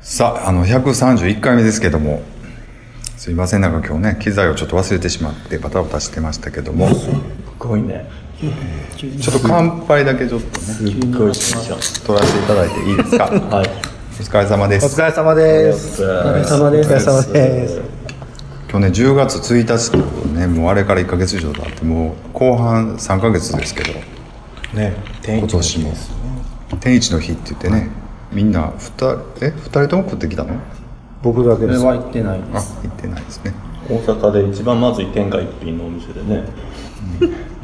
さあ、あの、131回目ですけども、すいません、なんか今日ね、機材をちょっと忘れてしまって、バタバタしてましたけども、すごいね。ちょっと乾杯だけちょっとね、すっごいテンション。取らせていただいていいですか。はい。お疲れ様でおす。疲れ様です。お疲お疲れれ様様でですす。お疲れ様です。今日ね、10月1日ということでね、もうあれから1ヶ月以上経って、もう後半3ヶ月ですけど、ね、今年も。天一の日って言ってね、みんな二人、え、二人とも食ってきたの僕だけこでれす。は行ってないであす。、行ってないですね。大阪で一番まずい天下一品のお店でね、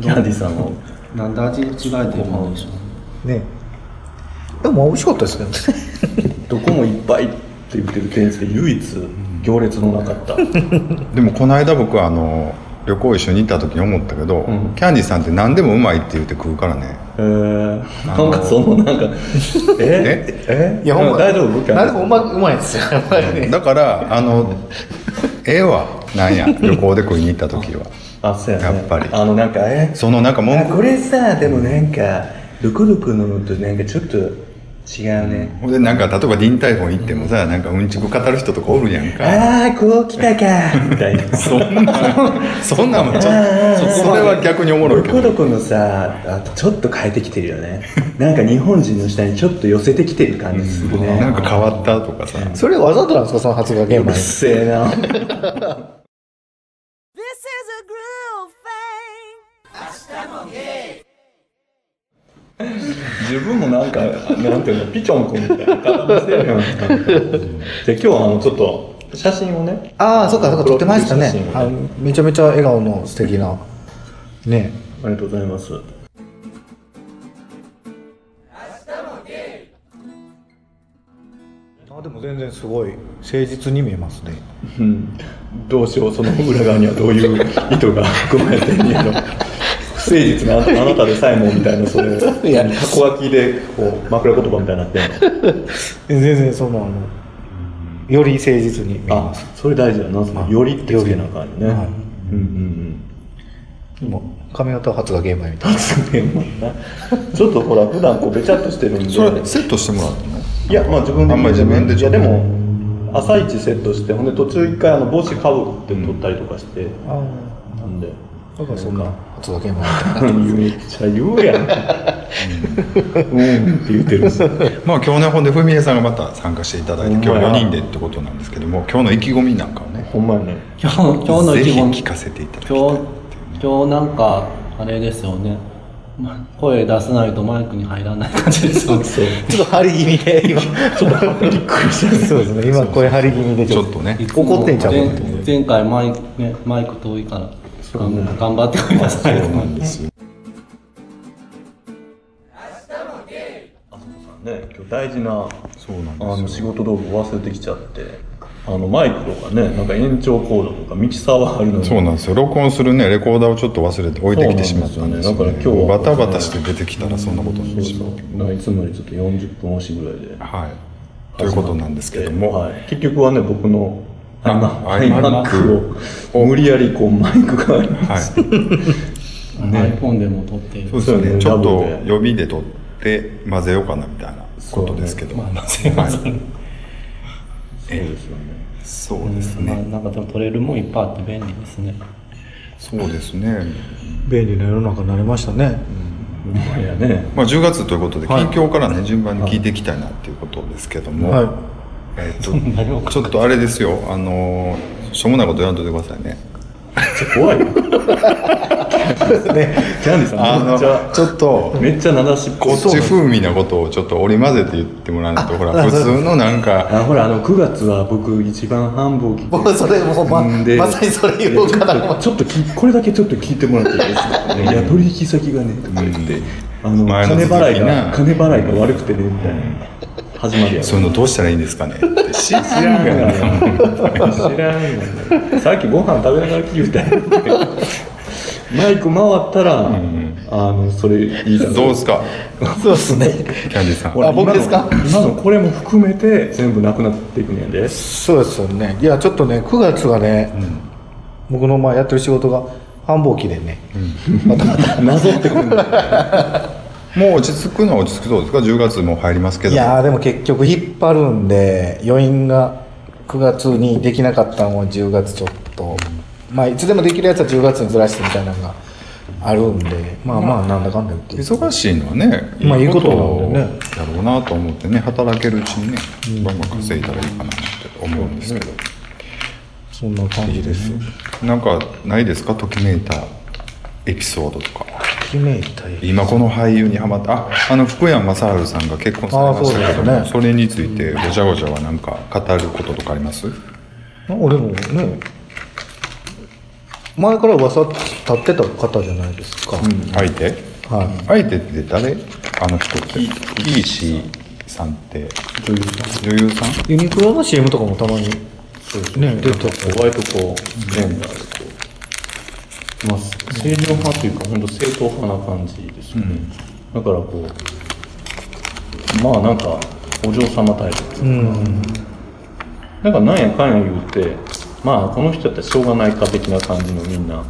キャンディさんのなんで味違えてるのでしょう。ね。でも美味しかったですけどね。どこもいっぱいって言ってる店一で唯一行列のなかった、でもこの間僕はあの旅行一緒に行った時に思ったけど、んキャンディさんって何でもうまいって言って食うからねえー、なんかそのなんかえええいや、ほんま。大丈夫キャンディさなんでもうまうまいですよ。やっぱりね。だからあのええわなん や旅行で食いに行った時はあそうや、ね、やっぱりあのなんかえそのなんか文あこ句れさでもなんかルクルクののとなんかちょっと違うね、ほんでなんか例えば臨海本行ってもさなんかうんちく語る人とかおるやんかああこう来たかみたいなそんなんそんなんもちょっとそそれは逆におもろいけどこどどこのさあちょっと変えてきてるよ ねなんか日本人の下にちょっと寄せてきてる感じするね、なんか変わったとかさそれわざとなんですか、その発芽う現場るせえな This is a groove thing. 自分もなんかなんていうのピチョン君みたいな感じしてるよで今日はあのちょっと写真をねああ、そっか、そっか、撮ってましたプロフねィ。ール写あ真をのめちゃめちゃ笑顔の素敵な。ね。ありがとうございますあ、でも全然すごい誠実に見えますね。うんどうしようその裏側にはどういう意図が含まれてるんやろ不誠実なああなたでさえもみた いなそれいやたこ焼きでこう枕言葉みたいになってんの全然そのあのより誠実に見えあます。それ大事だなそのよりってつけなあかんよね、よりはいうんうんもう髪型は発芽現場みたい うな。んちょっとほら普段こうべちゃっとしてるんでそれセットしてもらったのいやまあ自分であんまり自分でいやでも朝一セットしてほんで途中一回あの帽子かぶって撮ったりとかして、あなんであ、だからそんな発芽現場みたいな。めっちゃ言うやんうんって言ってるんですよまあ今日ねほんでふみえさんがまた参加していただいて今日ほんまや4人でってことなんですけども今日の意気込みなんかをねほんまやね今日、今日のぜ意ひ気込み聞かせていただきたい今日、今日なんか、あれですよね。ま声出さないとマイクに入らない感じですよね。ちょっと張り気味で今ちょっとびっくりしたそうですね今声張り気味でちょっとねいつも怒ってんちゃうかなと思前前回マイ,、ね、マイク遠いから、頑頑張ってください。そうなんですよね今日大事なそうなんであすの仕事道具忘れてきちゃってあのマイクとかねなんか延長コードとかミキサーはあるのにそうなんですよ録音するねレコーダーをちょっと忘れて置いてきてしまったんですよ、ねそうなんですよねだから今日はバタバタして出てきたらそんなことになってしまうそうなんかいつもよりちょっと40分押しぐらいではいということなんですけども、はい、結局はね僕のあ iMac を無理やりこうマイクがありまはい、す、 iPhone でも撮っているそう。ですよそうねねちょっとダブルで予備で撮って混ぜようかなみたいなことですけどもはいそうですよねそうですまあねなんかでも撮れるもんいっぱいあって便利ですね。そうですね便利な世の中になりましたねいやねまあ10月ということで近況からね順番に聞いていきたいなっていうことですけども、はえっとちょっとあれですよあのーしょうもないことやんといてくださいね怖いよキャンディさあんめっちのゃちょっとめっちゃ名指しっぽこいっち風味なことをちょっと織り交ぜて言ってもらわないとほら普通のなんかあほらあの9月は僕一番繁忙期い僕それもうまでまさにそれ言おういやちかょっなとちょっときこれだけちょっと聞いてもらっていいですか、いや取引先がねとか言って、あの前の金払続いきなが金払いが悪くてねみたいな始まりやそういうのどうしたらいいんですかねって知らんがな知らんがなさっきご飯食べながら聞いたよマイク回ったら、あのそれいいだろどうですかそうですねキャンディさんほらあ僕ですか今の今のこれも含めて全部なくなっていくねんでそうですよねいやちょっとね9月がね、僕のまあやってる仕事が繁忙期でね、なぞってくるんだもう落ち着くのは落ち着くそうですか10月も入りますけどいやーでも結局引っ張るんで余韻が9月にできなかったのを10月ちょっとまあいつでもできるやつは10月にずらしてみたいなのがあるんでまあまあなんだかんだ言って忙しいのはねまあいいことなんでねやろうなと思ってね働けるうちにねバンバン稼いだらいいかなって思うんですけど、そんな感じですなんかないですかときめいたエピソードとか決めたい今この俳優にハマったああの福山雅治さんが結婚されましたけどもあーそうですねそれについてごちゃごちゃはなんか語ることとかあります俺もね前から噂立ってた方じゃないですか、相手はい相手って誰あの人ってキーシーさんって女優さん女優さんユニクロの CM とかもたまにね出てたホワイトこう、ジェンダーでこう、まあ、正常派というか、本当正統派な感じですよね。だからこう、まあなんか、お嬢様タイプですうんなんかなんやかんや言うて、まあこの人やったらしょうがないか的な感じのみんな、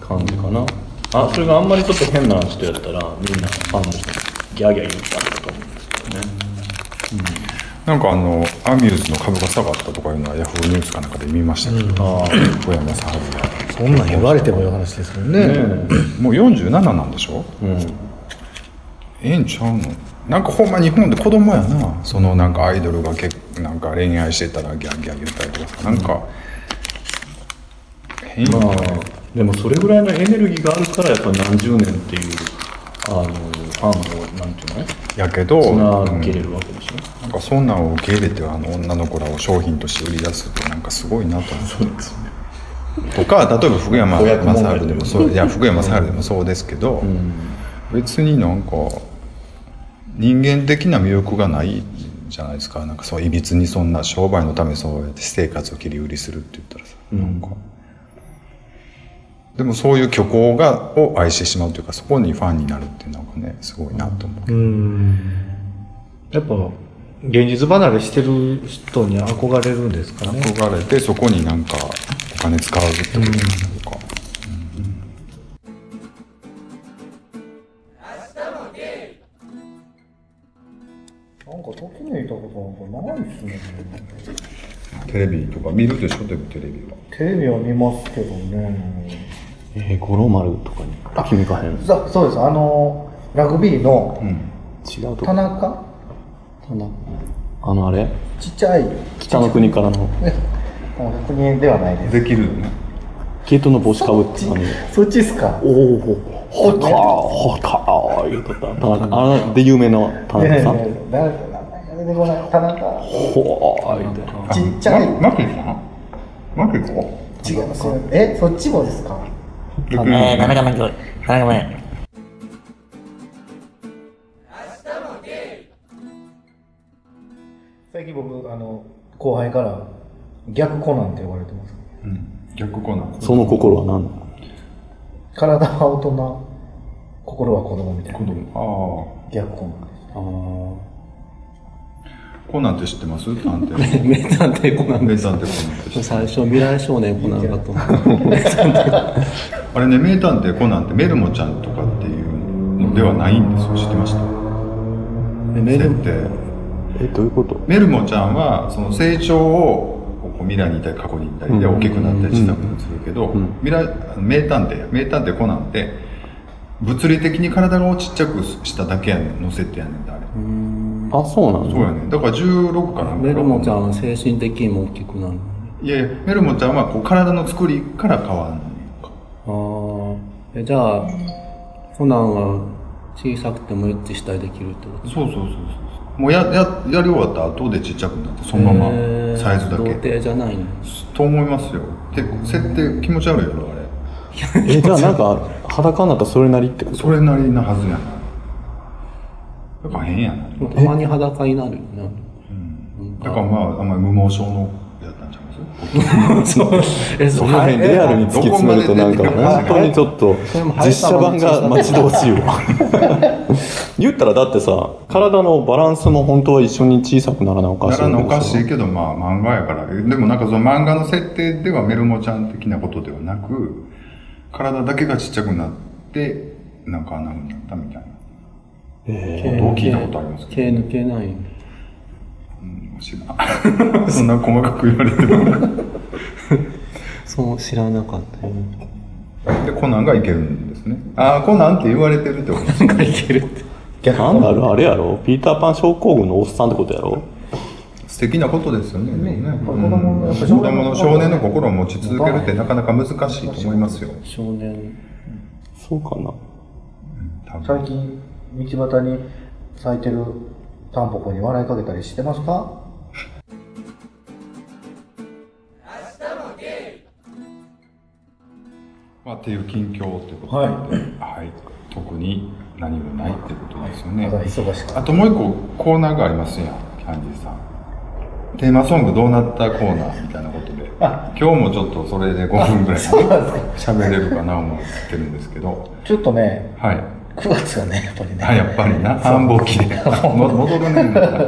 感じかな。あ、それがあんまりちょっと変な人やったら、みんなファンの人、ギャーギャー言ったりとか思うんですけどね。なんかあのアミューズの株が下がったとかいうのはヤフーニュースかなんかで見ましたけど、ああ、小山さんがそんなん言われてもいう話ですもんねもう47なんでしょうん。ええんちゃうのなんかほんま日本で子供やなそのなんかアイドルがけなんか恋愛してたらギャーギャー言ったりとかさなんか変な、まあ、でもそれぐらいのエネルギーがあるから、やっぱ何十年っていう、あの、ファンを、なんていうのね、やけどつうなんげれるわけでしょ。なんかそんなんを受け入れてあの女の子らを商品として売り出すってなんかすごいなと思ってとか例えば福山子役問雅題治でもそういや福山雅治でもそうですけど、別になんか人間的な魅力がないじゃないですかなんかそういびつにそんな商売のためにそうやって私生活を切り売りするって言ったらさ、なんかでもそういう虚構がを愛してしまうというかそこにファンになるってなんかねすごいなと思う、やっぱ現実離れしてる人に憧れるんですかね憧れてそこになんかお金使うってことなのか、なんか時にいたことなんかないですねテレビとか見るでしょでもテレビはテレビは見ますけどねえー、五郎丸とかに、君かへん。そそうですあのラグビーの違うと田か。中あの、あれちっちゃい北の国からの、もう100円ではないですできるよね毛糸の帽子かぶって、あの、そっちっすかおおほかーほかー言うとった田中あれで有名な田中さん誰か名前が出てこない田中ほー言うてちっちゃいマキさんマキ子違いますよねえそっちもですかできるよね最近僕あの後輩から逆コナンって呼ばれてますうん逆コーナーその心は何 なの体は大人心は子供みたいなあ逆コナンですあコーナーって知ってます探偵名探偵コナン名です。探偵コナンって知って最初、未来少年コナンかと思う。あれね名探偵コナンってメルモちゃんとかっていうのではないんですよ知ってましたでメル設定えどういうことメルモちゃんはその成長をこう未来にいたり過去にいたりでうん大きくなったりしたりするけど、ん未来名探偵名探偵コナンって物理的に体をちっちゃくしただけやねんの設定やねんってあれ、あそうなそうのやねんだから16かなんかメルモちゃんは精神的にも大きくなる。いやいやメルモちゃんはこう体の作りから変わんねんかああ。えじゃあ、コナンは小さくてもエッチしたりできるってことそうそうそうそうもうやややり終わった後でちっちゃくなってそのままへーサイズだ童け貞じゃないの。と思いますよ結構設定気持ち悪いよなあれえじゃあなんか裸になったらそれなりってことそれなりなはずやなだから変やなでもたまに裸になるよね。だからまああんまり無毛症のやったんちゃいますえ、そその辺リアルに突き詰めるとなんかどこまで出てくるか本当にちょっとそれも実写版が待ち遠しいわ 言ったらだってさ体のバランスも本当は一緒に小さくならなおかしいならんだのけおどかしいけどまあ漫画やからでもなんかその漫画の設定ではメルモちゃん的なことではなく体だけがちっちゃくなってなんかあんなふうになったみたいなえどう聞いたことありますか K 抜けない知らん そんな細かく言われてもそう知らなかったよでコナンがいけるんですねああコナンって言われてるってことですなんかいけるって逆なんだろうあれやろピーターパン症候群のおっさんってことやろ素敵なことですよねねね子供のやっ子ぱ供の少年の心を持ち続けるってなかなか難しいと思いますよ少年そうかな多分最近道端に咲いてるタンポポに笑いかけたりしてますかまあ、っていう近況ということはいで、はい特に何もないってことですよね、まだ忙しくあともう一個コーナーがありますやんキャンディーさんテーマソングどうなったコーナーみたいなことで今日もちょっとそれで5分ぐらい喋れるかな思ってるんですけどちょっとねはい9月がねやっぱりねあやっぱりな繁忙期でも戻るねみたいな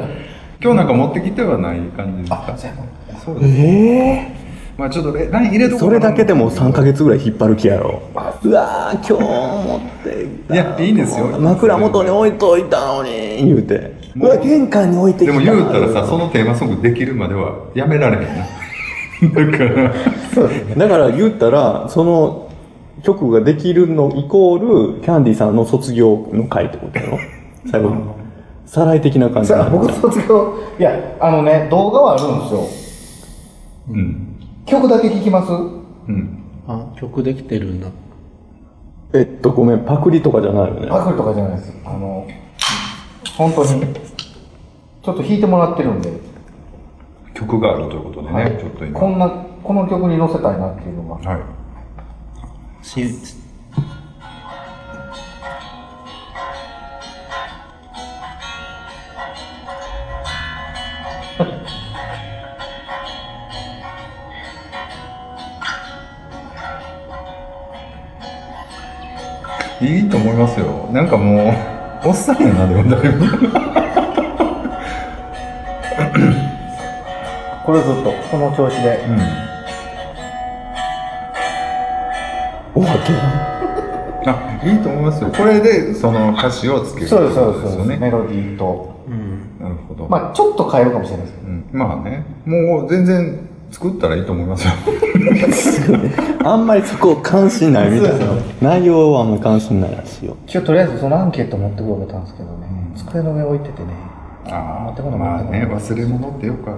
今日なんか持ってきてはない感じですかそうやなそうですえまあちょっとえライン入れとこそうかれなだけでも3か月ぐらい引っ張る気やろうわー今日持っていやいいんですよ枕元に置いといたのに言うてうわ玄関に置いてきでたも言うたらさそのテーマソングできるまではやめられ へんなだからだから言ったらその曲ができるのイコールキャンディさんの卒業の会ってことやろ最後の再来的な感じさあになっ僕ちゃう卒業いやあのね動画はあるんですようん曲だけ聴きますうんあ、曲できてるんだ。えっとごめんパクリとかじゃないよねパクリとかじゃないですあの本当にちょっと弾いてもらってるんで、曲があるということでね、はいちょっと今こんなこの曲に乗せたいなっていうのがはいし、いいと思いますよなんかもうおっさんやなでもだいぶこれずっとこの調子でうんおまけ あいいと思いますよこれでその歌詞をつけるそうですってそこうとですそうです、メねロディーとうん。なるほどまあ、まあちょっと変えるかもしれないですけうん、まあねもう全然作ったらいいと思い ますよあんまりそこ関心ないみたいな内容はもう関心ないらしいよど一応とりあえずそのアンケート持ってこようと思ったんですけどね、机の上置いててねあ持ってあこないまあね持ってこ忘ないれ物ってよくあるよ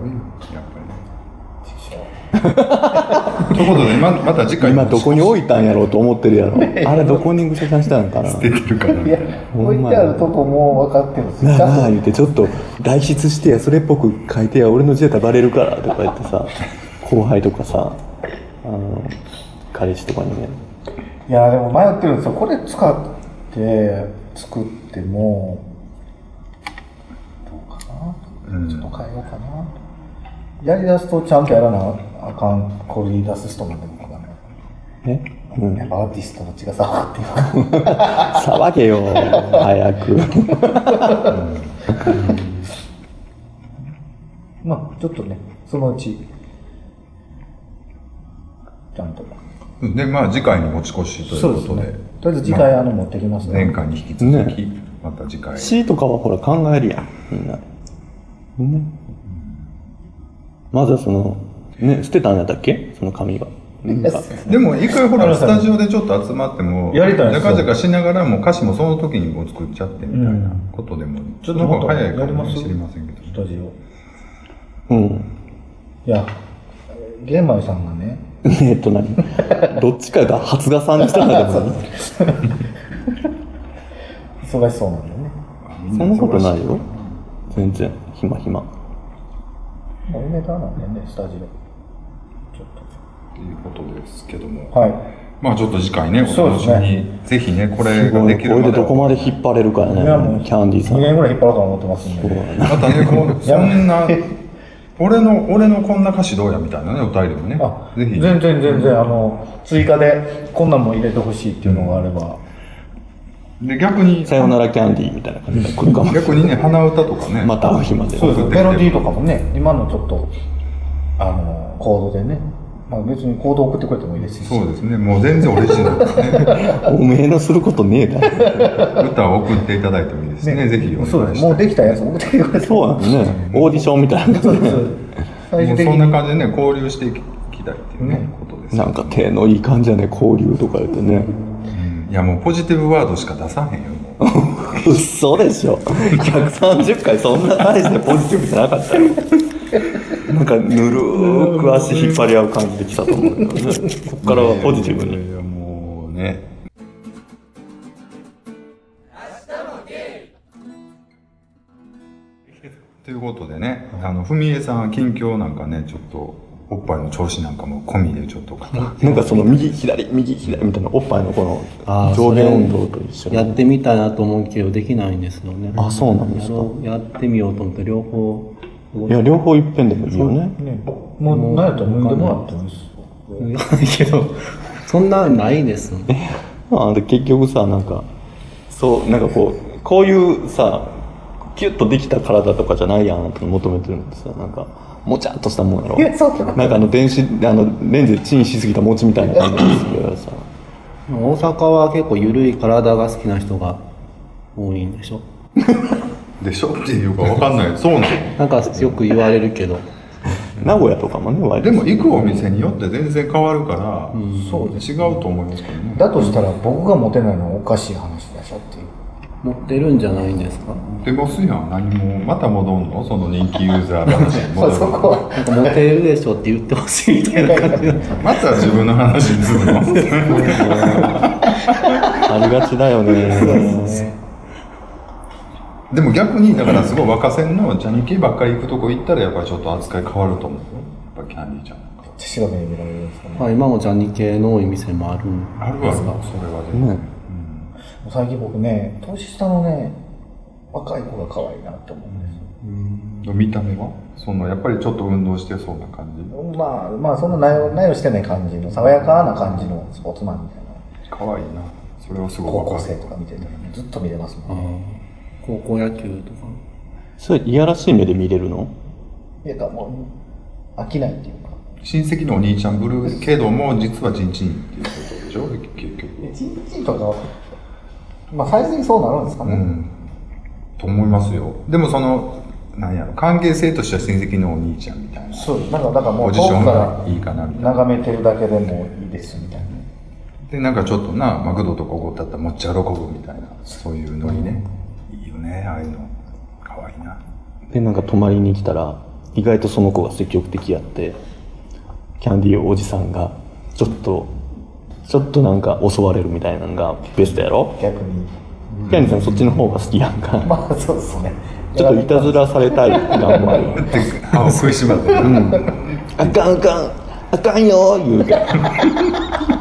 やっぱりね ということでままた次回今どこに置いたんやろうと思ってる やろあれどこに所さしたんかな出てるかなみいたやいなほ置いんまてやあるとこもう分かってるんですよなあなあ言ってちょっと代筆してやそれっぽく書いてや俺の字やったらバレるからとか言って さ後輩とかさあの彼氏とかにねいやでも迷ってるんですよこれ使って作ってもどうかな、うんちょっと変えようかなやりだすとちゃんとやらなあかんこれ言い出す人もでもかえうんやっぱアーティストの血が騒ぐっていうか騒 げよ早くまあちょっとねそのうちちゃんとでまあ次回に持ち越しということでとりあえず次回あの持ってきますね、年間に引き続き、また次回詩とかはほら考えるやんみんなねまずはそのね捨てたんやったっけその紙がなんかでも一回ほらスタジオでちょっと集まってもやりたいんじゃですよかじゃかしながらも歌詞もその時にもう作っちゃってみたいなことでも、ちょっとの方が早いかも知りませんけどスタジオうん いや玄米さんがねえっと何どっちかが発芽さんにしたら でもいい忙しそうなんでねそんなことないよ全然暇暇もう梅田なんでねスタジオちょっということですけども、とはいまあちょっと次回ねおそうで楽しすみねに、ぜひねこれすがごでいきこるれまででどこはまで引っ張れるかやいやもねうキャンディーさ2ん年ぐらい引っ張ろうと思ってますんで、またねこうそんな俺の俺のこんな歌詞どうやみたいなねお便りもねあぜひ全然全然、あの追加でこんなんも入れてほしいっていうのがあれば、で逆にさよならキャンディーみたいな感じで来るかも逆にね鼻歌とかね、また会う日までそうですそうメロディーとかもね今のちょっとあのコードでねまあ別に行動送ってくれてもいいですし。そうですねもう全然オリジナルですねおめえのすることねえだろ。歌を送っていただいてもいいですねぜひお願いしそうまですす。もうできたやつ送ってきてくれても。そうなんね。オーディションみたいな。そうです。最 も終う的そんに。な感じでね交流していきたいっていうねことです、なんか手のいい感じやね、交流とか言ってね。うんいやもうポジティブワードしか出さへんよもう嘘でしょ。130回そんな大してポジティブじゃなかったよ。なんかぬるーく足引っ張り合う感じで来たと思うけどね。こっからはポジティブに。いやもうねということでね、あの、ふみえさん、近況なんかね、ちょっと、おっぱいの調子なんかも込みでちょっと語っなんかその右左、右左みたいなおっぱいのこあのー上下運動と一緒やに。ってみたいなと思うけどできないんですよねあ、そうなんですやか。ろうやってみようと思って両方動いや、両方いっぺんでもいいよね。ね、もう何やったら飲んでもらってもいいです。いやけどそんなんないですあで結局さなんかそうなんかこうこういうさキュッとできた体とかじゃないやんって求めてるんですよなんかもちゃっとしたもんやろいやそうだなんかあの電子あのレンジでチンしすぎた餅みたいな感じですよさ大阪は結構緩い体が好きな人が多いんでしょでしょっていうかわかんない。そうな のなんかよく言われるけど名古屋とかもね割でとも行くお店によって全然変わるから、そう違うと思いますけどね。だとしたら僕がモテないのはおかしい話でしょっていう。持ってるんじゃないんですかでボスやん何もまた戻んのその人気ユーザー話に戻まるあ そこは。なんかモテるでしょって言ってほしいみたいな感じなんですまた自分の話にするの ありがちだ よねでも逆にだからすごい若線のジャニキばっかり行くとこ行ったらやっぱりちょっと扱い変わると思うよやっぱキャンディーちゃんなんか白目に見られるんですかね。まあ今もジャニ系の多い店もあるんあるあるそれはで、ね最近僕ね、年下のね、若い子が可愛いなって思うんですよ。見た目はそのやっぱりちょっと運動してそうな感じまあ、まあ、そんな内容内容してない感じの、爽やかな感じのスポーツマンみたいな、可愛いなそれはす高ごい校わか生るとか見てたら、ね、ずっと見れますもんね。高校野球とかそれいやらしい目で見れるのいや、もう、飽きないっていうか。親戚のお兄ちゃんブルーけども実はチンチンっていうことでしょ結局一日とか、まあ、最終的にそうなるんですかうね。んと思いますよでもそのなんやろ関係性としては親戚のお兄ちゃんみたいなそう、なんか、だからもポうジシ遠ョンくかがらいいかなみたいな眺めてるだけでもいいですみたいな。でなんかちょっとなマクドとか怒ったったらもっちゃ喜ぶみたいなそういうノリねいいよねああいうのかわいいなでなんか泊まりに来たら意外とその子が積極的やってキャンディーおじさんがちょっとちょっとなんか襲われるみたいなのがベストやろ逆に。キャンディーさんそっちの方が好きやんかまあ、そうですね。ちょっといたずらされたい頑張るで歯を食いしばってあかんあかんあかんよ言うて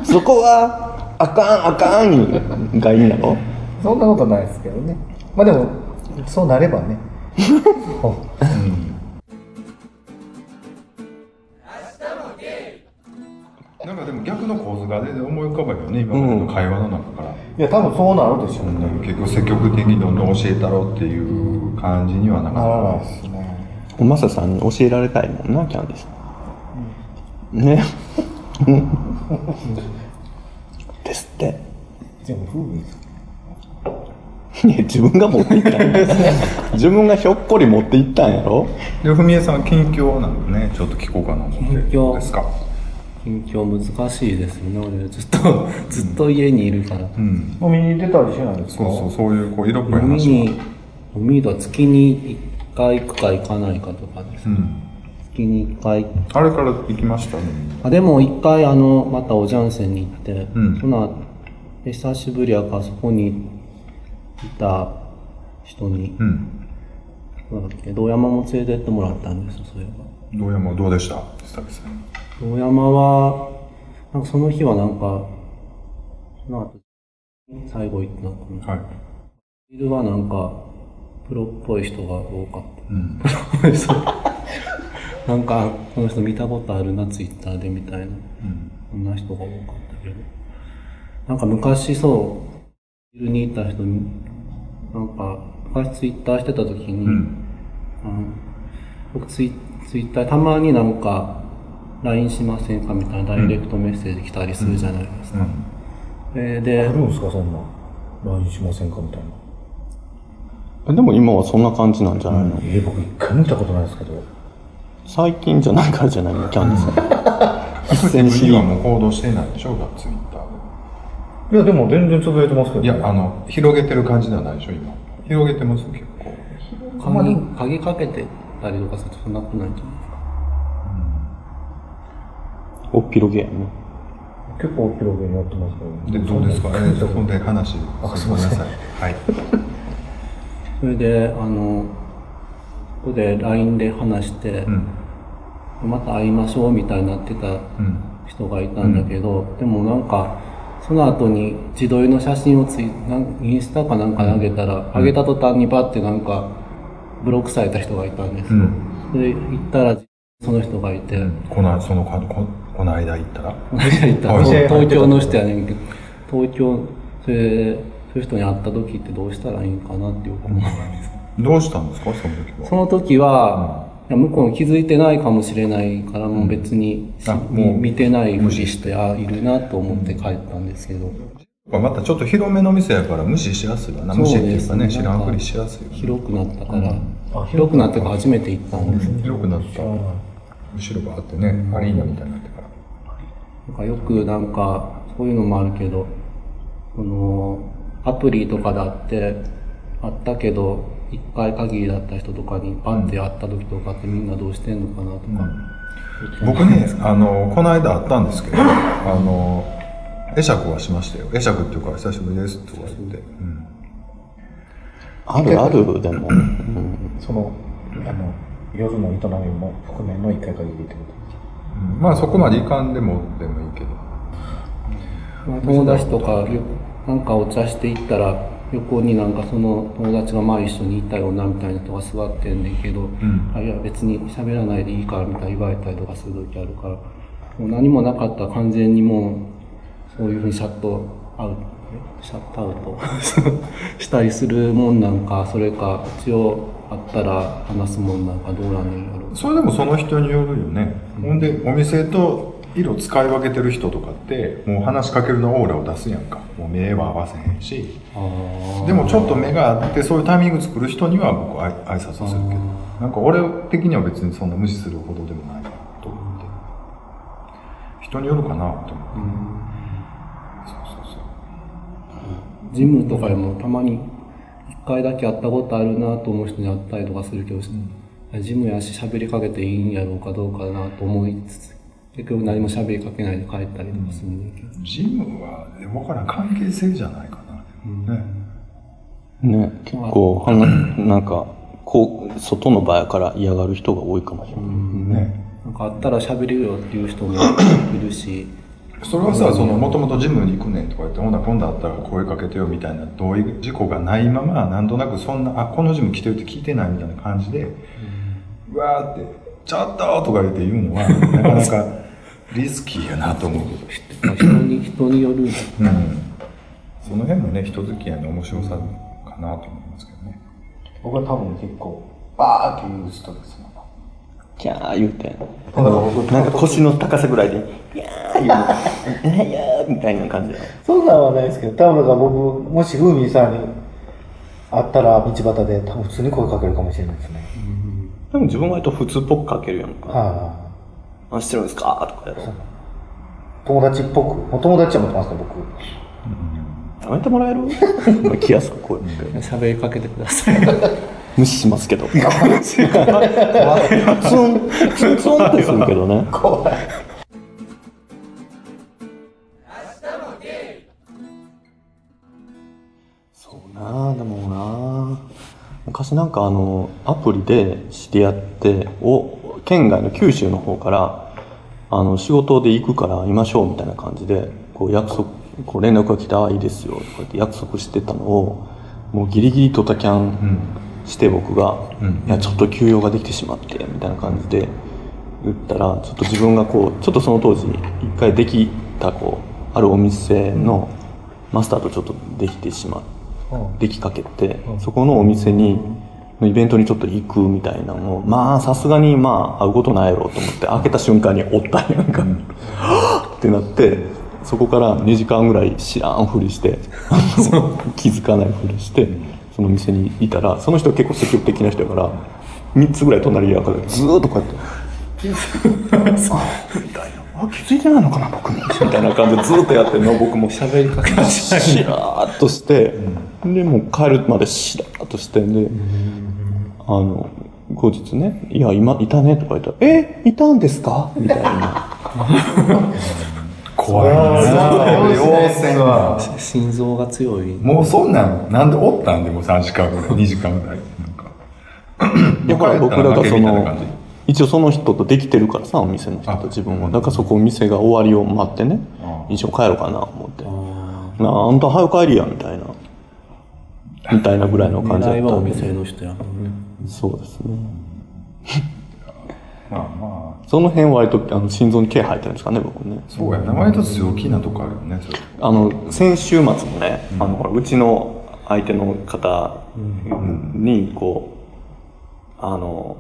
そこはあかんあかん言うがいいなのそんなことないですけどね。まあでも、そうなれば ね。 なんかでも逆の構図が全然思い浮かばないよね今までの会話の中から、いや、多分そうなるでしょうね。結局積極的にどんどん教えたろうっていう感じにはなかならないなですね。マサさんに教えられたいもんなキャンディーさんねですって全部風味いや自分が持っていったんや自分がひょっこり持っていったんやろでふみえさん近況なんかねちょっと聞こうかな思って近況ですか近況難しいですよね俺ずっとずっと家にいるからうん飲みに出たりしないですかそうそうそういうこう色っぽい海話もに海と月に1回行くか行かないかとかです、うん月に1回あれから行きましたねみんなあでも1回あのまたおじゃんせんに行って、んその久しぶりやからそこにいた人に、うんどうだっけ堂山も連れてってもらったんですよそういえばどうやもどうでした久々に堂山はなんかその日はなんかその後最後行ってなんかなはい昼はなんか、プロっぽい人が多かっうんた。そう なんか、この人見たことあるな、ツイッターでみたいな。うんこんな人が多かったけど。なんか昔そう、昼にいた人に、なんか、昔ツイッターしてた時に、うんあの僕ツイツイッターたまになんか、 LINE しませんかみたいなダイレクトメッセージ来たりするじゃないですか。えーでや、るんですかそんな LINE しませんかみたいなえでも今はそんな感じなんじゃないの、えー僕一回も見たことないですけど最近じゃないからじゃないのキャンディさん一自斉に知分りはもう行動してないでしょがツイッターいやでも全然つぶやいてますけどでいやあの広げてる感じではないでしょ今広げてます結構鍵鍵かけてたりとかするとそんなことないんじゃないですか。おっぴろげやね結構広げにやってますけどでどうですか えー、そこでで話あすいませんごめなさいはいそれで、あの、ここで LINE で話して、うんまた会いましょうみたいになってたうん人がいたんだけど、でもなんかその後に自撮りの写真をツイなんインスタかなんかに上げたら、上げた途端にバッてなんかブロックされた人がいたんです、うんで行ったらその人がいて、このそのこここの間行ったら何がいたはい東東京の人やねんけど東京それそういう人に会った時ってどうしたらいいんかなってよく思うどうしたんですかその時はその時は、いや向こうも気づいてないかもしれないからもう別に、あもう見てないふりしてあいるなと思って帰ったんですけど、またちょっと広めの店やから無視しやすいわな無視っていうかねそうですね知らんふりしやすいわね広くなったから、あ広くなってから初めて行ったんです、広くなった後ろがあってねアリーナみたいになってからなんかよくなんかそういうのもあるけどこのアプリとかだってあったけど一回限りだった人とかにパンって会った時とかってみんなどうしてんのかなとか、僕ねあのこの間あったんですけどあの会釈はしましたよ会釈っていうか久しぶりですとか言って、うんあるあるでも、うんそのあの夜の営みも含めの一回限りってことうんまあそこまでいかんでもでもいいけど友達とかよなんかお茶して行ったら横になんかその友達が前一緒にいたよなみたいな人が座ってんねんけど、んあいや別に喋らないでいいからみたいな言われたりとかする時あるからもう何もなかったら完全にもうそういうふうにシャットアウトえシャットアウト したりするもんなんかそれか一応あったら話すもんなんかどうなんねんやろうそれでもその人によるよね、ほんでお店と色使い分けてる人とかってもう話しかけるのオーラを出すやんかもう目は合わせへんしあでもちょっと目があってそういうタイミング作る人には僕あい挨拶をするけどなんか俺的には別にそんな無視するほどでもないなと思って人によるかなと思って、そうそうそうジムとかでもたまに一回だけ会ったことあるなと思う人に会ったりとかするけど、ジムやし喋りかけていいんやろうかどうかなと思いつつ結局何も喋りかけないで帰ったりとかするんだけど、ジムはね分からん関係性じゃないかな、ねね結構はななんかこう外の場やから嫌がる人が多いかもしれない、ねなんか会ったら喋れるよっていう人もいるしそれはさそのもともとジムに行くねんとか言ってほな今度あったら声かけてよみたいな同意事項がないままなんとなくそんなあこのジム来てるって聞いてないみたいな感じで、うわーって「ちょっと!」とか言って言うのはなかなかリスキーやなと思うけど、人に人によるうん、その辺もね人付き合いの面白さかなと思いますけどね僕は多分結構バーって言う人ですもんキャー言うてだから僕なんか腰の高さぐらいで「いやー」言うの「いやー」みたいな感じだよそうなんはないですけど多分が僕もしフーミンさんに会ったら道端で多分普通に声かけるかもしれないですね、でも自分は割と普通っぽくかけるやんかは「あ知ってるんですか?」とかやろい、友達っぽくお友達は持ってますか僕やめてもらえ るまあ気安く声喋りかけてください無視しますけどツンツンツンツンってするけどねそうなあでもなあ昔なんかあのアプリで知り合ってお県外の九州の方からあの仕事で行くから会いましょうみたいな感じでこう約束こう連絡が来て「ああいいですよ」とか言って約束してたのをもうギリギリドタキャンして僕が「うんいやちょっと休養ができてしまって」みたいな感じで言ったらちょっと自分がこうちょっとその当時一回できたこうあるお店のマスターとちょっとできてしまって。できかけて、そこのお店にイベントにちょっと行くみたいなのをまあさすがにまあ会うことないやろと思って開けた瞬間におったんやんか、はぁってなってそこから2時間ぐらい知らんふりして気づかないふりしてその店にいたらその人結構積極的な人やから3つぐらい隣にいるからずーっとこうやって。あ気づいてないのかな僕みたいな感じでずっとやってるの僕も喋りかけますしらーっとして、でもう帰るまでしらーっとしてんで、あの後日ね「いや今いたね」とか言ったら「えいたんですか?」みたいな怖いな妖精は心臓が強いもうそんなんなんでおったんでも3時間ぐらい2時間ぐらいなんかだから僕らがそみたいな感のじ一応その人とできてるからさお店の人と自分はだからそこお店が終わりを待ってねあ一緒に帰ろうかな思って「なああんた早く帰りや」みたいなみたいなぐらいの感じだ狙いっはたおんで店の人やもんねそうですねまあまあその辺割とあの心臓に毛生えてるんですかね僕ねそうや名前と強気なとこあるよねそれあの先週末もね、うあのほらうちの相手の方にこう、あの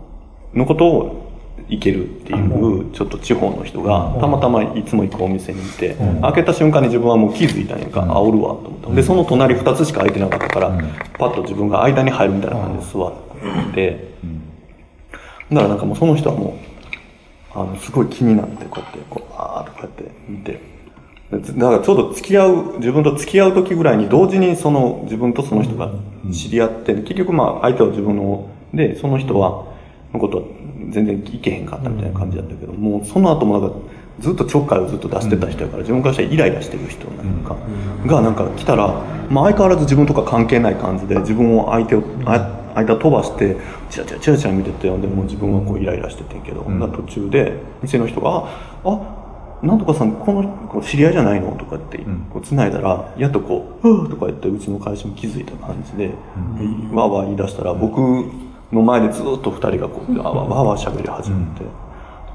のことを行けるっていうちょっと地方の人がたまたまいつも行くお店にいて、開けた瞬間に自分はもう気づいたんやんか、あおるわと思った、でその隣2つしか空いてなかったから、んパッと自分が間に入るみたいな感じで座って、だからなんかもうその人はもうあの、すごい気になって、こうやって、こう、あーっとこうやって見て。でつだからちょうど付き合う、自分と付き合う時ぐらいに同時にその、自分とその人が知り合って、結局まあ相手は自分の、で、その人は、のことは全然いけへんかったみたいな感じだったけど、もうその後もなんか、ずっとちょっかいをずっと出してた人やから、自分からしたらイライラしてる人なんか、がなんか来たら、まあ相変わらず自分とか関係ない感じで、自分を相手を、あ間飛ばしてチラチラチラチラ見ててでもう自分はこうイライラしててんけど、んな途中で店の人が「ああなんとかさんこのこう知り合いじゃないの?」とかってんこう繋いだらやっとこう「ふう」とか言ってうちの会社も気づいた感じで、わーわー言い出したら僕の前でずっと二人がこうわーわーわーわー喋り始めて。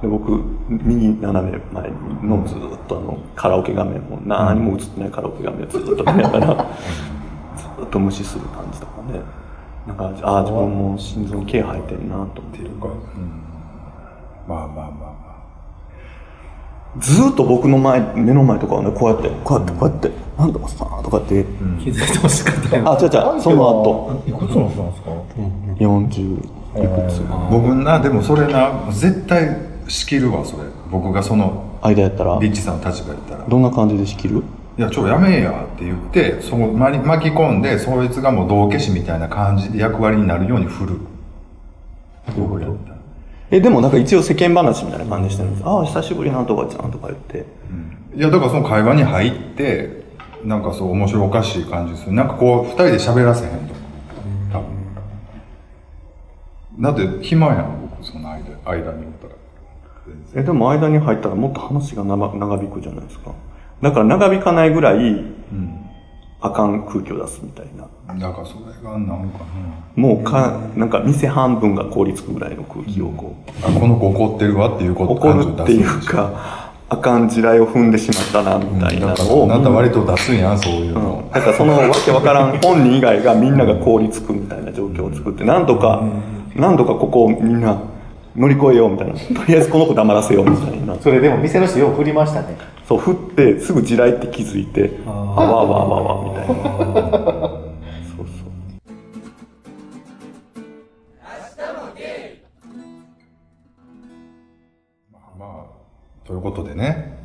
で僕右斜め前のずっとあのカラオケ画面も何も映ってないカラオケ画面をずっと見ながらずっと無視する感じとかねなんかああ自分も心臓に毛生えてるなと思ってまあまあまあまあずーっと僕の前目の前とかをねこうやってこうやってこうやって「なんとかさ」とかって、気づいてほしかったよあ違う違うその後いくつの人なんですか40いくつ僕なでもそれな絶対仕切るわそれ僕がその間やったらリッチさんの立場やったら「どんな感じで仕切るいやちょやめえや」って言ってそのまり巻き込んでそいつがもう道化師みたいな感じで役割になるように振る僕やったらえでもなんか一応世間話みたいな感じしてるんです「ああ久しぶりなんとかちゃん」とか言っていやだからその会話に入ってなんかそう面白おかしい感じするなんかこう二人で喋らせへんと多分だって暇やん僕その間間におったらえでも間に入ったらもっと話が長長引くじゃないですかだから長引かないぐらいあかん空気を出すみたいなだからそれがなんかねもうかなんか店半分が凍りつくぐらいの空気をこう、あこの子怒ってるわっていうこと怒るって感情い出うすかあかん地雷を踏んでしまったなみたいなだからのを、あなた割と出すんやんそういううのん、だからそのわけわからん本人以外がみんなが凍りつくみたいな状況を作ってなんとかなんとかここをみんな乗り越えようみたいなとりあえずこの子黙らせようみたいなそれでも店の人よく振りましたねそう降ってすぐ地雷って気づいてあわあわあわあわあみたいなそうそうまあということで ね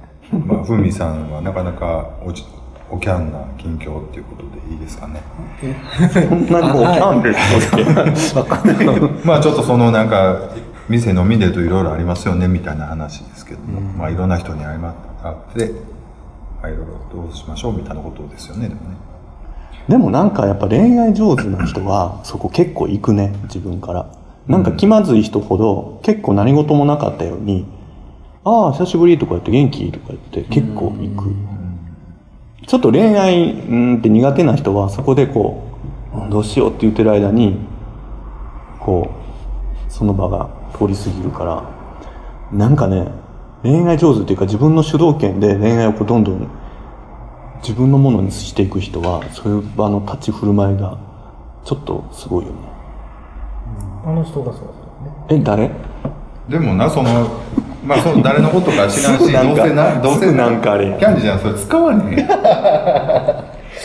まあふみさんはなかなかおちおキャンな近況っていうことでいいですか ねそんなにもうキャンプしてまあちょっとそのなんか店飲みでといろいろありますよねみたいな話ですけども、まあいろんな人に会いま会って、まあ、いろいろどうしましょうみたいなことですよねでもねでもなんかやっぱ恋愛上手な人はそこ結構行くね自分からなんか気まずい人ほど結構何事もなかったように「ああ久しぶり」とか言って「元気?」とか言って結構行くちょっと恋愛うんって苦手な人はそこでこう「どうしよう」って言ってる間にこうその場が通り過ぎるからなんかね恋愛上手っていうか自分の主導権で恋愛をこうどんどん自分のものにしていく人はそういう場の立ち振る舞いがちょっとすごいよねあの人がそうえ、誰でもなそのまあその誰のことか知らんしすぐなんどかうせなどうすせぐなんかあれやキャンディちゃんそれ使わねえ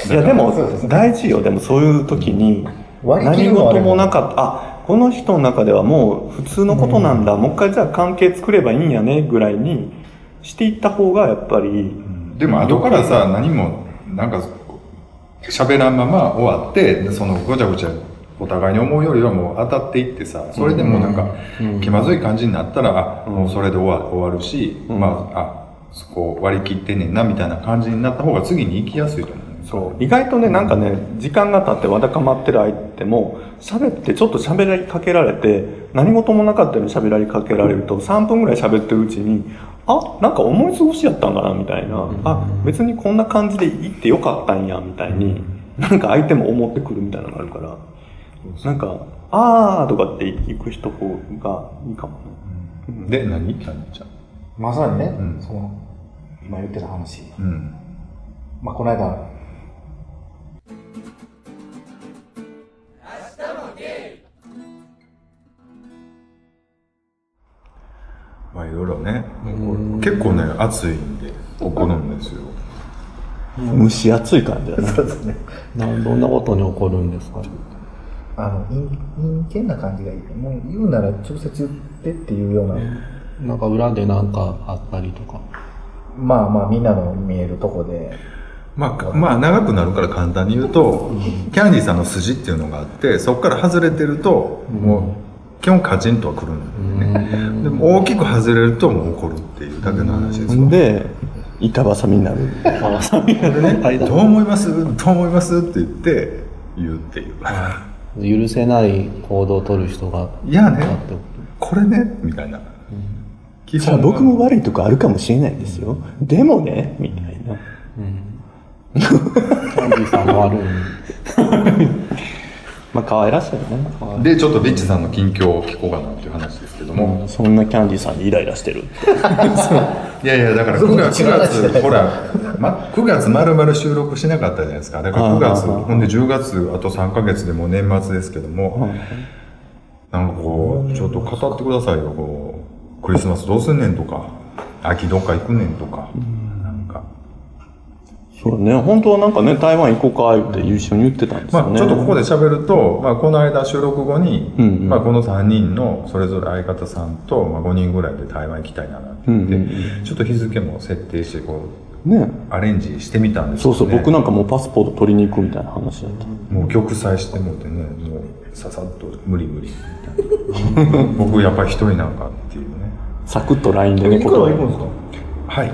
いやでも大事よでもそういう時に割り切何るのは事もなかったあこの人の中ではもう普通のことなんだ、もう一回じゃあ関係作ればいいんやねぐらいにしていった方がやっぱりでも後からさ何もなんか喋らんまま終わってそのごちゃごちゃお互いに思うよりはもう当たっていってさそれでもうなんか気まずい感じになったら、あもうそれで終わ終わるし、うんまああそこ割り切ってんねんなみたいな感じになった方が次に行きやすいと思うねそう意外とねなんかね時間が経ってわだかまってる相手も喋ってちょっと喋りかけられて何事もなかったように喋りかけられると3分ぐらい喋ってるうちにあなんか思い過ごしやったんかなみたいな、あ別にこんな感じでいってよかったんやみたいに、なんか相手も思ってくるみたいなのがあるから、なんか「あー」とかって行く人がいいかもねで何キャンディちゃんまさにね、んその今言ってた話、うんまあ、この間まあいろいろね結構ね暑いんで怒るんですよ蒸し暑い感じだねなんどんなことに起こるんですかあの陰陰険な感じがいいもう言うなら直接言ってっていうような、なんか裏でなんかあったりとか。まあまあみんなの見えるとこでまあ、まあ長くなるから簡単に言うと、キャンディーさんの筋っていうのがあってそこから外れてると、もう基本カチンとはくるんだよね、でも大きく外れるともう怒るっていうだけの話ですほよんで板挟みになるでねどう思いますどう思いますって言って言うっていう許せない行動を取る人がいやねあってここれねみたいな、基じゃあ僕も悪いとこあるかもしれないですよ。でもね、みたいな。と。キャンディーさんが悪い。 まあ可愛らしいよね。でちょっとビッチさんの近況を聞こうかなっていう話ですけども、もうそんなキャンディーさんにイライラしてるって。いやいやだから9月 ,9 月ほら、ま、9月まるまる収録しなかったじゃないですかだから9月あーほんで10月あと3か月でもう年末ですけども、なんかこうちょっと語ってくださいよこうクリスマスどうすんねんとか秋どっか行くねんとか、なんかそうね、本当はなんかね、台湾行こうかって優秀に言ってたんですよまあね。ちょっとここで喋ると、まあ、この間収録後に、うんうんまあ、この3人のそれぞれ相方さんと、まあ、5人ぐらいで台湾行きたいなって言って、うんちょっと日付も設定してこね。うアレンジしてみたんですけそどうそう、ね僕なんかもうパスポート取りに行くみたいな話だった。もう玉砕してもうてねもうささっと無理無理みたいな僕やっぱり一人なんかっていうねサクッと LINE でね、断るかはい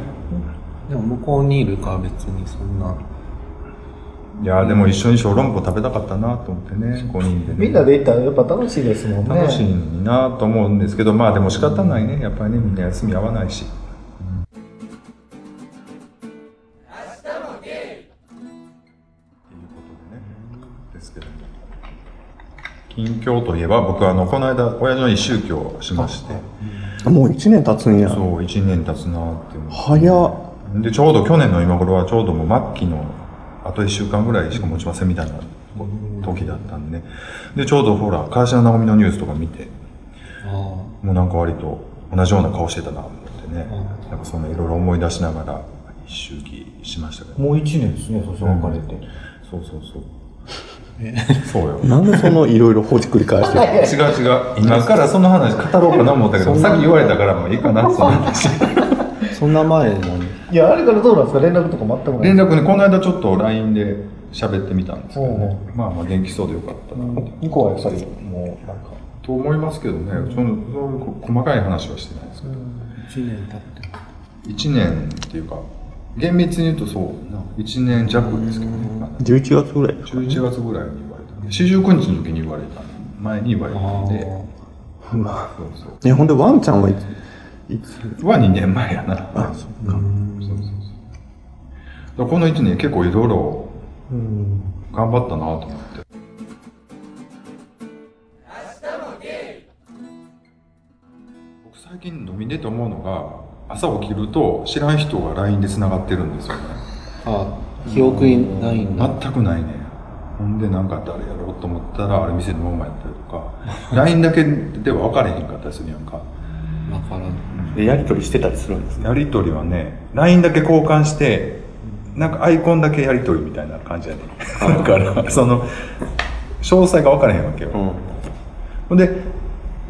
でも向こうにいるから別にそんな。いやーでも一緒に小籠包食べたかったなと思ってね5人でねみんなで行ったらやっぱ楽しいですもんね楽しいのになと思うんですけどまあでも仕方ないねやっぱりねみんな休み合わないしということでねですけども近況といえば僕あのこの間親父の一周忌をしましてもう1年経つんや。そう1年経つなって思って早っ。でちょうど去年の今頃はちょうどもう末期のあと1週間ぐらいしか持ちませんみたいな時だったんでねでちょうどほら川島直美のニュースとか見てあもうなんか割と同じような顔してたなと思ってねなんかそんないろいろ思い出しながら一周忌しましたけどもう1年ですねそして別れて、そうそうそうそうよなんでそのいろいろほじくり返してる違う違う今からその話語ろうかな思ったけどさっき言われたからもういいかなその話あ。そんな前なのに。いやあれからどうなんですか連絡とか全くない連絡ねこの間ちょっと LINE で喋ってみたんですけどねおまあまあ元気そうでよかったなって向こうはやっぱりもうなんかと思いますけどね、そのそういうこ細かい話はしてないですけど、 1年経って。 1年っていうか、厳密に言うとそうな、1年弱ですけどね、まだ ?11 月ぐらいですか11月ぐらいに言われた、四十九日の時に言われた、前に言われたんで、そうそうね、ほんでワンちゃんはいついつは2年前やな。そうか。そうそうそう。だからこの1年結構いろいろ頑張ったなと思って。僕最近飲みでと思うのが、朝起きると知らん人が LINE で繋がってるんですよね。ああ、記憶にないんだ。全くないね。ほんで何かあったらやろうと思ったらあれ店のままやったりとか LINE だけでは分かれへんかったりするやんかわからんでやり取りしてたりするんですねやり取りはね LINE だけ交換してなんかアイコンだけやり取りみたいな感じやねだからその詳細が分からへんわけよ、うんほんで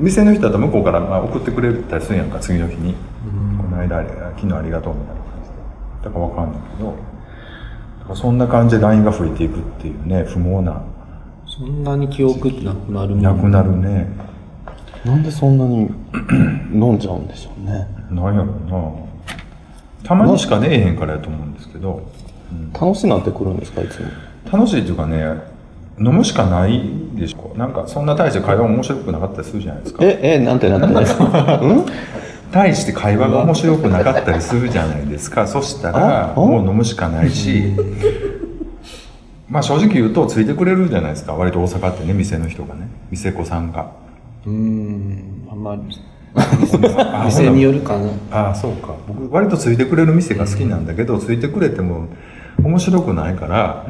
店の人だったら向こうからまあ送ってくれたりするやんか次の日に「この間あれ昨日ありがとう」みたいな感じでだから分かんないけどだからそんな感じで LINE が増えていくっていうね不毛なそんなに記憶ってなくなるもんなくなるねなんでそんなに 飲んじゃうんでしょうねなんやろうなたまにしかねえへんからやと思うんですけど楽しいなってくるんですかいつも楽しいっていうかね飲むしかないでしょなんかそんな大して会話面白くなかったりするじゃないですかええなんてなんてないですか うん大して会話が面白くなかったりするじゃないですかそしたらあもう飲むしかないしまあ正直言うとついてくれるじゃないですか割と大阪ってね店の人がね店子さんがうーんあんまりあ店によるかなああそうか僕割とついてくれる店が好きなんだけど、ついてくれても面白くないから、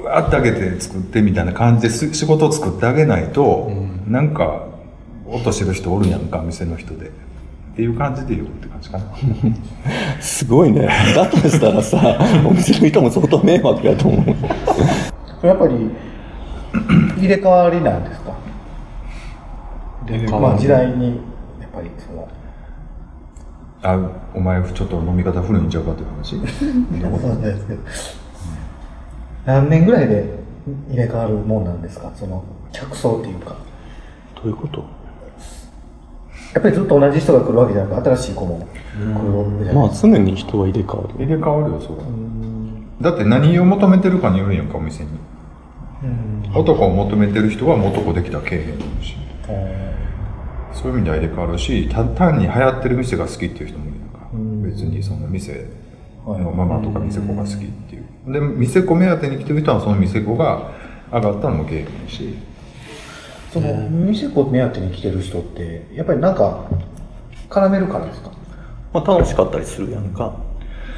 うわーってあげて作ってみたいな感じです仕事を作ってあげないと、なんか落としてる人おるやんか店の人でっていう感じでよって感じかなすごいねだとしたら さお店の人も相当迷惑やと思うやっぱり入れ替わりなんですかまあ時代にやっぱりそのあお前ちょっと飲み方古いんちゃうかっていう話そうなんですけど何年ぐらいで入れ替わるもんなんですかその客層っていうかどういうことやっぱりずっと同じ人が来るわけじゃなく新しい子も来るわけじゃないまあ常に人は入れ替わる入れ替わるよそれだって何を求めてるかによるやんかお店に男を求めてる人はもう男できたら経営になるしそういう意味では入れ替わるした単に流行ってる店が好きっていう人もいるのか、別にその店のママとか店子が好きっていう、で店子目当てに来てる人はその店子が上がったのも経営になるしその店子目当てに来てる人ってやっぱりなんか絡めるからですかまあ楽しかったりするやんか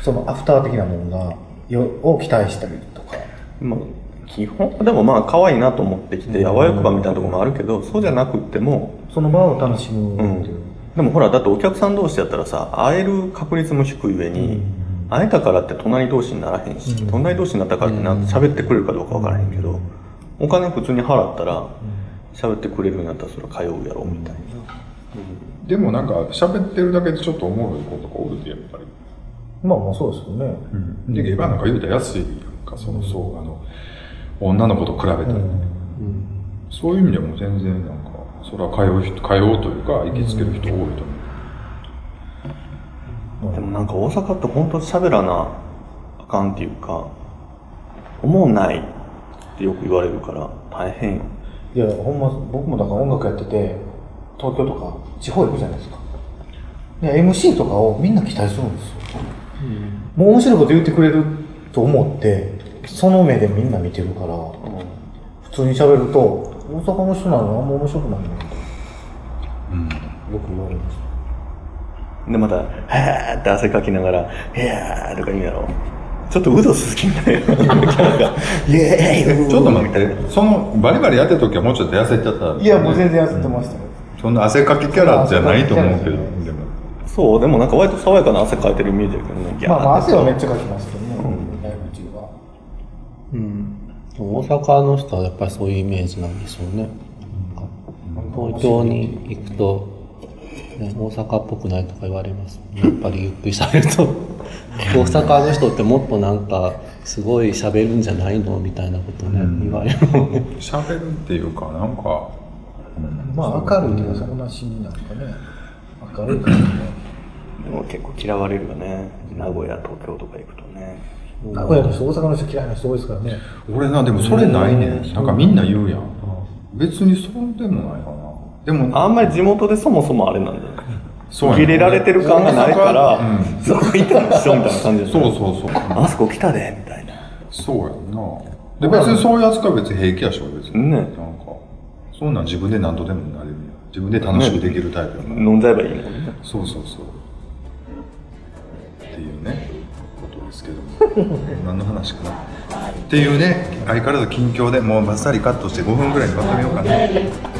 そのアフター的なものがよを期待したりとかまあ基本でもまあ可愛いなと思ってきてあわよくばみたいなところもあるけどそうじゃなくってもその場を楽しむっていう、でもほらだってお客さん同士やったらさ会える確率も低い上に会えたからって隣同士にならへんし隣同士になったからってなん喋ってくれるかどうかわからへんけどお金普通に払ったら喋ってくれるようになったらそれは通うやろみたいなでもなんか喋ってるだけでちょっとおもろい子とかおるでやっぱりまあまあそうですよね、で、ゲバなんか言うたら安いやんか、その層があの、女の子と比べたら、そういう意味でも全然なんか、それは通う人、通うというか、行きつける人多いと思う。でもなんか大阪って本当喋らなあかんっていうか思うないってよく言われるから大変よいやほんま僕もだから音楽やってて東京とか地方行くじゃないですかで MC とかをみんな期待するんですよ、もう面白いこと言ってくれると思ってその目でみんな見てるから、普通に喋ると大阪の人なのあんま面白くないねんと、よく言われましでまた「へーって汗かきながら「へーとか言うやろちょっとウド鈴木みたいなキャラが「イエーイウーちょっと待って、その、バリバリやってる時はもうちょっと痩せちゃった、たいやもう全然痩せてましたよ、そんな汗かきキャラじゃないと思うけど、汗かきキでも。そうでもなんか割と爽やかな汗かいてるイメージだけどねギャーまあまあって汗はめっちゃかきますけどね、ライブ中はうんでも大阪の人はやっぱりそういうイメージなんでしょうねなんか東京に行くと、ね、大阪っぽくないとか言われますやっぱりゆっくり喋ると大阪の人ってもっとなんかすごい喋るんじゃないのみたいなことね、言われるもんね喋るっていうか、なんか、まあ明るいというかそんなしになんかね明るいからねでも結構嫌われるよね名古屋東京とか行くとね名古屋の人大阪の人嫌いな人多いですからね俺な、でもそれないね。なんかみんな言うやん。別にそうでもないかな。でも、あんまり地元でそもそもあれなんだよそう受やけね入れられてる感がないから、うそこ行ったら一緒みたいな感じでそうそうそう。あそこ来たでみたいなそうやんな。で、別にそういう扱いは別に平気やしょ、別に。ねなんか、そんなん自分で何度でもなれるやん。自分で楽しくできるタイプやから。飲んじゃえばいいのにねそうそうそう。っていうね、ことでですけども何の話かなっていうね相変わらず近況でもうバッサリカットして5分ぐらいにまとめようかな